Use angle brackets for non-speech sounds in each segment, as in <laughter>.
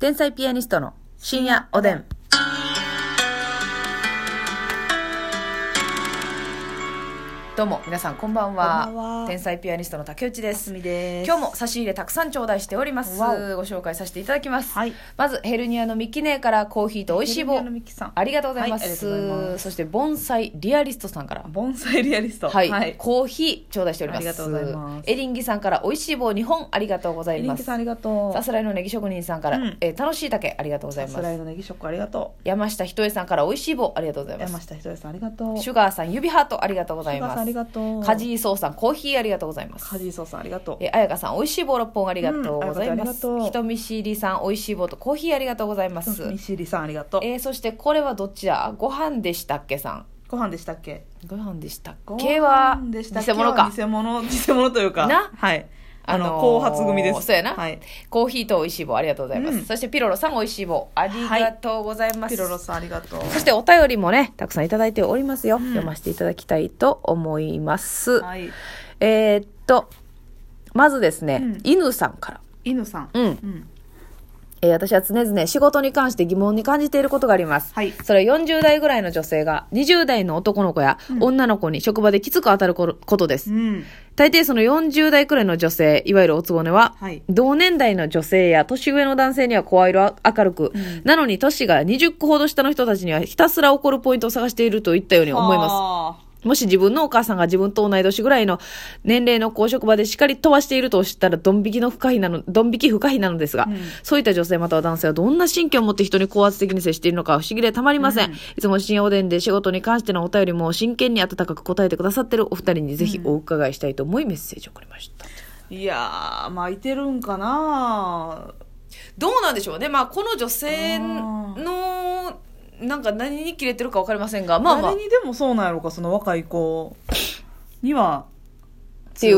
天才ピアニストの深夜おでん。どうも皆さんこんばんはこんばんは天才ピアニストの竹内ですすみです今日も差し入れたくさん頂戴しておりますわご紹介させていただきます、はいまずヘルニアのミキネーからコーヒーと美味しい棒ヘルニアのミキさんありがとうございまはいありがす,、とうございますそして盆栽リアリストさんから盆栽リアリストはい、はい、コーヒー頂戴しておりますありがとうございますエリンギさんから美味しい棒2本ありがとうござエいリンまキすさんありがとうさすらいのネギ職人さんから、うんえー楽しい竹ありがとうございまさすらいすのネギショックありがと山下ひとえさんから美味しい棒ありがとうございうます山下ひとりさんありがとうシュガーさん指ハートありがとうございシュガーまさんあすりがとうカジーソーさんコーヒーありがとうございますカジーソーさんありがとうえ、あやかさん、美味しい棒六本ありがとうございます。うんあやかちゃんありがとう人見知りさん、美味しい棒とコーヒーありがとうございます。西入さんありがとうえーそしてこれはどっちだご飯でしたっけさん。ご飯でしたっけご飯でしたっごけは、飯でしたっけ偽物か。偽物偽物というかなはいあの、ー後発組ですそうやな。はいコーヒーと美味しい棒ありがとうございます。うんそしてピロロさん、美味しい棒ありがとうございます。ピロロさんありがとうそしてお便りもね、たくさんいただいておりますよ。ん読ませていただきたいと思います。はいえーっと、まずですね、うん犬さんから。犬さんうん。うんえー私は常々仕事に関して疑問に感じていることがあります。はいそれは40代ぐらいの女性が20代の男の子やうん女の子に職場できつく当たるこことです。うん大抵その40代くらいの女性、いわゆるおつぼねは、はい同年代の女性や年上の男性には声色明るく、うんなのに年が20個ほど下の人たちにはひたすら怒るポイントを探しているといったように思います。まもし自分のお母さんが自分と同い年ぐらいの年齢の公職場でしっかり飛ばしていると知ったらドン引きの不可避なの、ドン引き不可避なのですが、うんそういった女性または男性はどんな神経を持って人に高圧的に接しているのか不思議でたまりません。うんいつも深夜おでんで仕事に関してのお便りも真剣に温かく答えてくださってるお二人にぜひお伺いしたいと思いメッセージを送りました。いやー巻いてるんかなどうなんでしょうね。まあ、この女性あの、なんか何に切れてるかわかりませんが、誰にでもそうなんやろかその若い子にはってい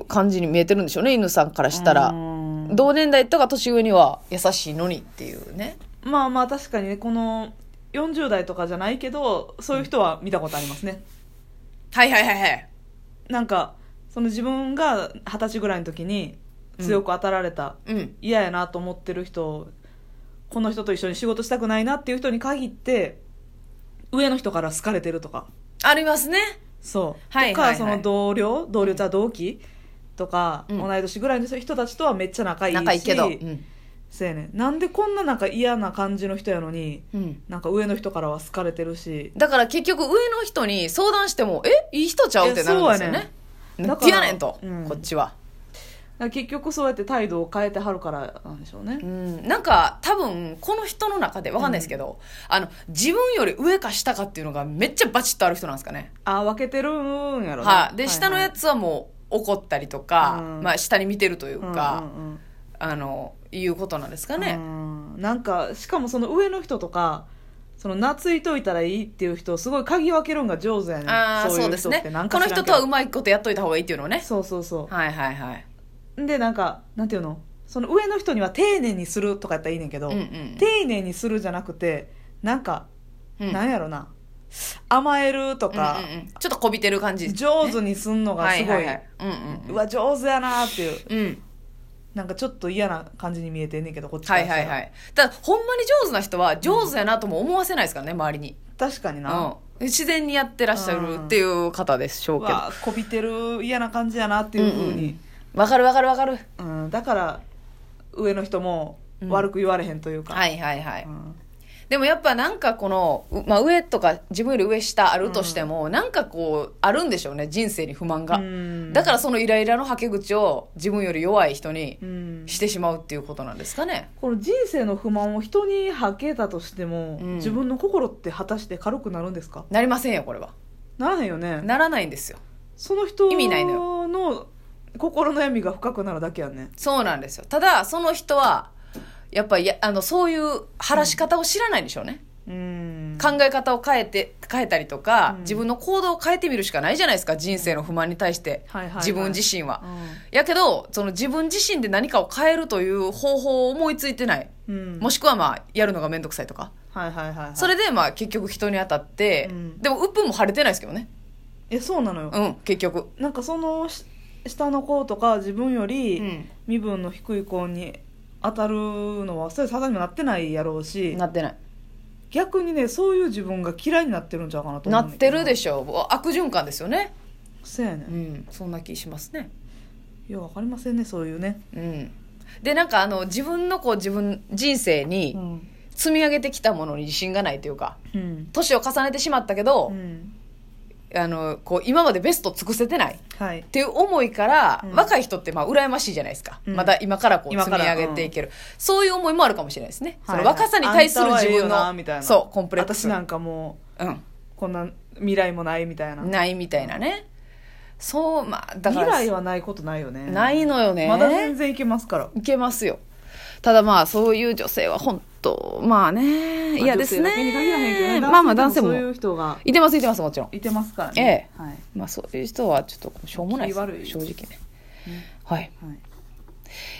う感じに見えてるんでしょうね、犬さんからしたら。うん同年代とか年上には優しいのにっていうねまあまあ確かにねこの40代とかじゃないけどそういう人は見たことありますね、はいはいはいはいなんかその自分が二十歳ぐらいの時に強く当たられた、うん嫌やなと思ってる人この人と一緒に仕事したくないなっていう人に限って上の人から好かれてるとかありますねそう、はいとか、はいはいその同僚同僚じゃ同期とか、うん同い年ぐらいの人たちとはめっちゃ仲いいし仲いいけどうん、そうやねんなんでこんななんか嫌な感じの人やのにうん、なんか上の人からは好かれてるしだから結局上の人に相談しても「えいい人ちゃう?」ってなるんですよねいやそうやねんなんてやねんと、だからうんこっちは、なんか結局そうやって態度を変えてはるからなんでしょうねう、ん、なんか多分この人の中でわかんないですけど、あの自分より上か下かっていうのがめっちゃバチッとある人なんですかね、ああ分けてるんやろねはい、で、下のはいやつはもう怒ったりとか、うんまあ、下に見てるというか、うんうんうんあのいうことなんですかうね、んなんかしかもその上の人とかその懐いといたらいいっていう人をすごい嗅ぎ分けるんが上手やねんああそそうういうです人っねてなんこかの知ら人んけとどはうまいことやっといた方がいいっていうのをねそうそうそはいはいはいうでなんかなんていうのその上の人には丁寧にするとかやったらいいねんけど、うんうん丁寧にするじゃなくてなんか、うんなんやろな甘えるとか、うんうんうんちょっとこびてる感じ上手にすんのがすごい,、はははうんうわ上手やなーっていううんうんなんかちょっと嫌な感じに見えてんねんけどこっちかはらいしたはら、いはいただほんまに上手な人は上手やなとも思わせないですからね周りに、確かにうな、ん、自然にやってらっしゃるっていう方でしょううけどわこびてる嫌な感じやなっていうふうに、わかるわかるわかるうんだから上の人も悪く言われへんというか、はいはいはい、うんでもやっぱなんかこの、うまあ、上とか自分より上下あるとしても、なんかこうあるんでしょうね人生に不満が、うんだからそのイライラのはけ口を自分より弱い人にうんしてしまうっていうことなんですかね、この人生の不満を人に吐けたとしても、うん自分の心って果たして軽くなるんですかなりませんよこれはならへんよねならないんですよその人意味ないのの心の闇が深くなるだけやねそうなんですよただその人はやっぱりやあのそういう晴らし方を知らないんでしょうね、うん考え方を変えて変えたりとか、うん自分の行動を変えてみるしかないじゃないですか人生の不満に対して、はいはいはい自分自身は、うやけどその自分自身で何かを変えるという方法を思いついてない、んうんもしくはまあやるのが面倒くさいとか、はいはいはいはいそれでまあ結局人に当たって、うんでもうっぷんも晴れてないですけどねえそうなのよ、うん結局なんかそのし下の子とか自分ようりん身分の低い子に当たるのはストレス肌にもなってないやろうしなってない逆にねそういう自分が嫌いになってるんちゃうかなと思なうねんっだてけどるでしょう悪循環ですよねそうやねうんんそんな気しますねよう分かりませんねそういうね、うんでなんかあの自分のこう自分人生にうん積み上げてきたものに自信がないというかうん年を重ねてしまったけど、うんあのこう今までベスト尽くせてないはいっていう思いから、うん若い人ってまあ羨ましいじゃないですか、うんまだ今からこう今積みから上げていける、そういう思いもあるかもしれないですね、はいその若さに対する自分あんたはええよなみたいのなそうコンプレックス私なんかもうこんな未来もないみたいなうん、ないみたいなねそうまあだか未ら来はないことないよねないのよねまだ全然いけますからいけますよただまあそういう女性は本当まあね嫌ですまあ女性だけに限らへんけねどねまあまあ男性もそういう人がいてますいてますもちろんいてますからね、はいまあそういう人はちょっとしょうもないです気悪い正直ねはいはい、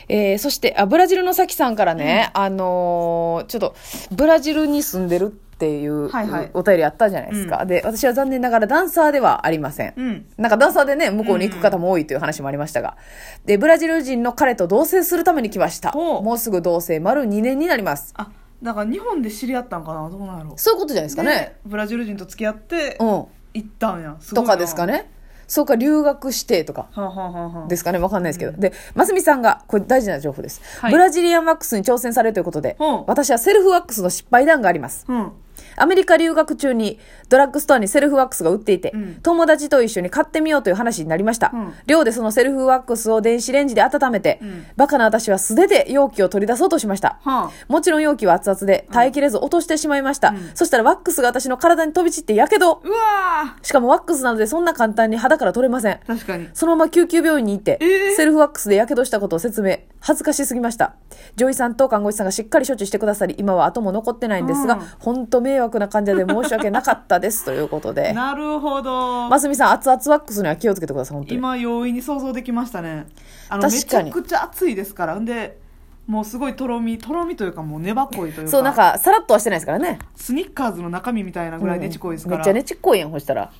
えーそしてあブラジルのさきさんからね、あのーちょっとブラジルに住んでるっていうはいはいお便りあったじゃないですか、うで私は残念ながらダンサーではありません、うんなんかダンサーでね向こうに行く方も多いという話もありましたが、でブラジル人の彼と同棲するために来ましたほうもうすぐ同棲丸2年になりますあだから日本で知り合ったんかなどうなんやろそういうことじゃないですかねブラジル人と付き合ってうん行ったんやすごといなかですかねそうか留学してとかはあ、はあはあはあ、ですかねわかんないですけど、でますみさんがこれ大事な情報です、はいブラジリアンワックスに挑戦されるということで、うん私はセルフワックスの失敗談がありますうんアメリカ留学中にドラッグストアにセルフワックスが売っていて、うん友達と一緒に買ってみようという話になりました、うん寮でそのセルフワックスを電子レンジで温めて、うんバカな私は素手で容器を取り出そうとしました、はあもちろん容器は熱々で耐えきれず落としてしまいました、うんそしたらワックスが私の体に飛び散ってやけどうわしかもワックスなのでそんな簡単に肌から取れませんー確かにそのまま救急病院に行って、えーセルフワックスで火傷したことを説明。恥ずかしすぎました。女医さんと看護師さんがしっかり処置してくださり、今は後も残ってないんですが、うんほんと迷惑な患者で申し訳なかった <laughs> です。ということで。なるほど、ますみさん、熱々ワックスには気をつけてください、本当に。今容易に想像できましたねあの確かにめちゃくちゃ暑いですからんでもうすごいとろみとろみというかもう粘っこいというかそう、なんか、さらっとはしてないですからね。スニッカーズの中身みたいなぐらいねちこいですかめら、っちゃねちっこいやん、ほしたら。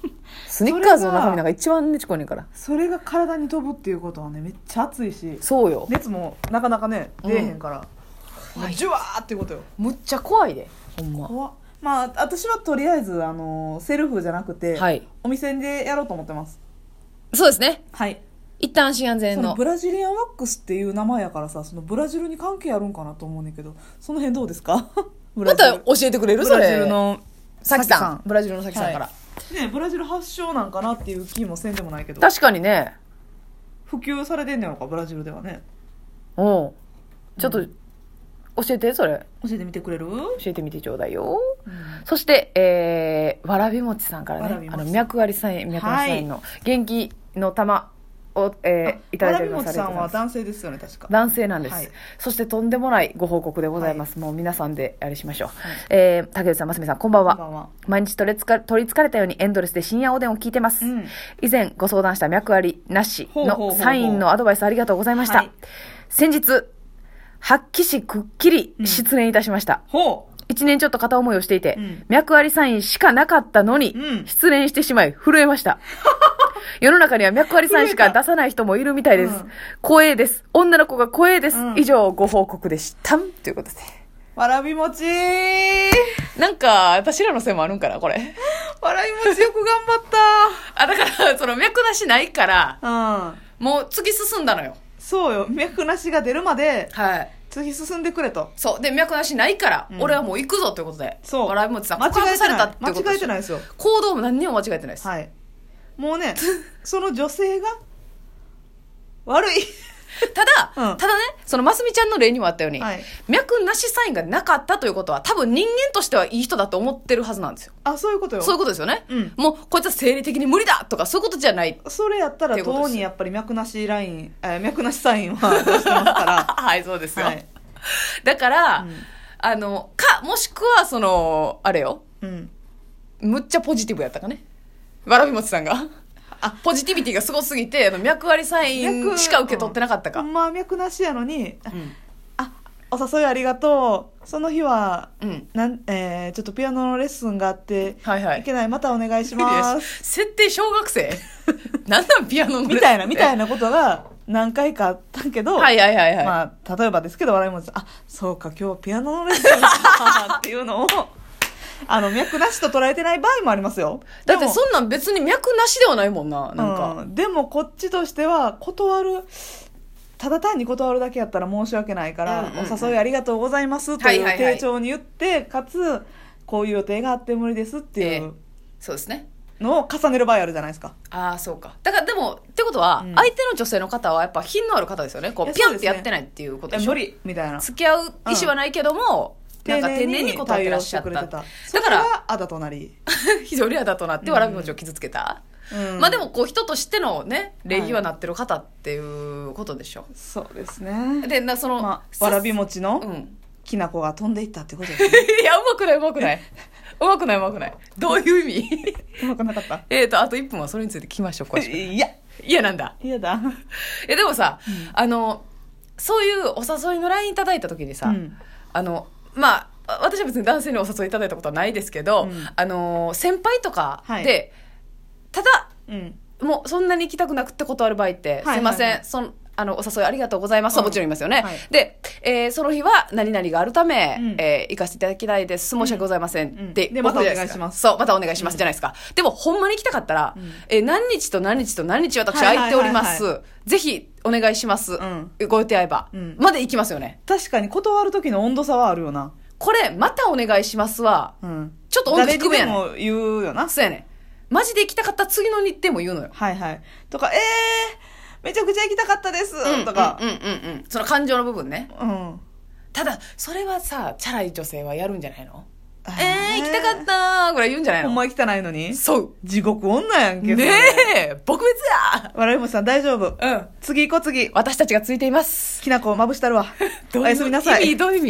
スニッカーズの中身なんか一番ねちっこいねんから。それが体に飛ぶっていうことはねめっちゃ暑いしそうよ。熱もなかなかねうん出えへんから、もうジュワーっていうことよむっちゃ怖いで。ほんま。怖っまあ私はとりあえずあのセルフじゃなくて、はいお店でやろうと思ってますそうですね。はい一旦安心安全そののブ。ラジリアンワックスっていう名前やからさそのブラジルに関係あるんかなと思うねんけどその辺どうで <laughs> すかブまラジルた教えてくれるブそれ。ラジルのさきさきささんん。ブラジルのさきさんから。はねブラジル発祥なんかなっていう気もせんでもないけど確かにね。普及されてんねやろかブラジルではねうん。ちょっと、教えて、それ。教えてみてくれる教えてみてちょうだいよ。そして、えー、わらびもちさんかわららねび、あもちの、脈ありさん、脈ありさんの、元気の玉を、えー、いたわだいらておりまびもす。ちさんありがとうございはます男性ですよね確か男性なんです、はいそしてとんでもないご報告でございます、もう皆さんであれしましょう、えー、竹内さんますみさんこんばんはこんばんは毎日取りつか取りつかれたようにエンドレスで深夜おでんを聞いてます、うん以前ご相談した脈ありなしほうほうほうのほうサインのアドバイスありがとうございました、はい先日発揮しくっきり失恋いたしました、ほ一年ちょっと片思いをしていて、うん脈ありサインしかなかったのに、うん失恋してしまい、震えま <laughs> した。世の中には脈ありサインしか出さない人もいるみたいです。うん怖えです。女の子が怖えです。うん以上、ご報告でした。ということで。うわらびもちなんか、私らのせいもあるんかな、これ。わらびもちよく頑張っあ、だから、その脈なしないから、たうんもう突き進んだのよ。そうよ脈なしが出るまではい。次進んでくれとそう。で、脈なしないから、うん俺はもう行くぞということで。そう笑いもちさん、間告違白えてされたなっいて間ことでしょ違えてないですよ行動も何にも間違えてないです。はい <laughs> もうねその女性が悪いただ、うんただね、そのますみちゃんの例にもあったように、はい脈なしサインがなかったということは、多分人間としてはいい人だと思ってるはずなんですよ。あそういうことよそういうことですよね。うんもう、こいつは生理的に無理だとか、そういうことじゃない。それやったらっていうことです当にやっぱり脈なしライン、えー脈なしサインは出してますか <laughs> はい、そうですらよ。はい、だから、うんあの、か、もしくは、その、あれよ、うん、むっちゃポジティブやったかね。わらびもちさんが。あ、ポジティビティがすごすぎて、あの、脈割りサインしか受け取ってなかったか。ほんまあ脈なしやのにあうんあお誘いありがとうその日は、うんなんえーちょっとピアノのレッスンがあって、はいはいいけないまたお願いします設定小学生 <laughs> なんなんピアノのレッスンみたいなみたいなことが何回かあったけど、 <laughs> はいはいはいはい。まあ、例えばですけど、笑いもあ、そうか、今日はピアノのレッスンだったってい <laughs> うのを、あの、脈なしと捉えてない場合もありますよ。だってでもそんなん別に脈なしではないもんな、なんうか。んでもこっちとしては断るただ単に断るだけやったら申し訳ないから、うんうんうんお誘いありがとうございますというはいはいはい丁重に言って、かつこういう予定があって無理ですっていうそうですね。のを重ねる場合あるじゃないですか、ああ、そうか。だからでも、ってことは、うん相手の女性の方はやっぱ品のある方ですよね。こ、いうやピャンそっうですてねやってないっていうことでいやしょ無理みたいな付き合う意思はないけども、なんか丁寧に答えてらっしゃった。対応してだかくれてたそれら、はあだとなり、非常に嫌だとなって、わらび餅を傷つけた。うんまあでも、こう、人としてのね、礼儀はなってる方っていうことでしょ。そうですねで、な、その、まあさわらび餅うのん。 <laughs> きな粉が飛んでいったってことですねいや、うまくない、うまくない。うまくない、うまくない。どういう意味 <laughs> うまくなかったえっと、あと1分はそれについて聞きましょう、詳しく。いやいや、なんだ。嫌だえ、でもさ、あの、そういうお誘いの LINE いただいた時にさ、うんあの、まあ、わ私は別に男性にお誘いいただいたことはないですけど、うんあの、先輩とかで、はいただ、うんもうそんなに行きたくなくて断る場合って、はいすいません、はいはいそのあのお誘いありがとうございます、うんもちろん言いますよね、はいで、えーその日は何々があるため、うんえー行かせていただきたいです申し訳ございません、うんってで僕じゃなまたお願いでかしますそうまたお願いします、じゃないですかでもほんまに行きたかったら、うんえー何日と何日と何日私はい空はいいております、はいぜひお願いします、んご予定合えば、うんまで行きますよね確かに断る時の温度差はあるよな。これまたお願いしますはうん。ちょっと温度低めやねん誰にでも言うよな。そうやねんマジで行きたかったら次の日程も言うのよはいはい。とか、えー、めちゃくちゃ行きたかったです、とかう。んうんうんうんその感情の部分ねうん。ただそれはさチャラい女性はやるんじゃないのええー、行きたかったーぐらい言うんじゃないほんのま行きたないのに。そ地獄女やんうけ。ねえ撲滅笑いもさん大丈夫。やうん次行こう次。私たちがついていますきな粉まぶしたるわ <laughs> 。どういうおやすみなさい。意味どういう意味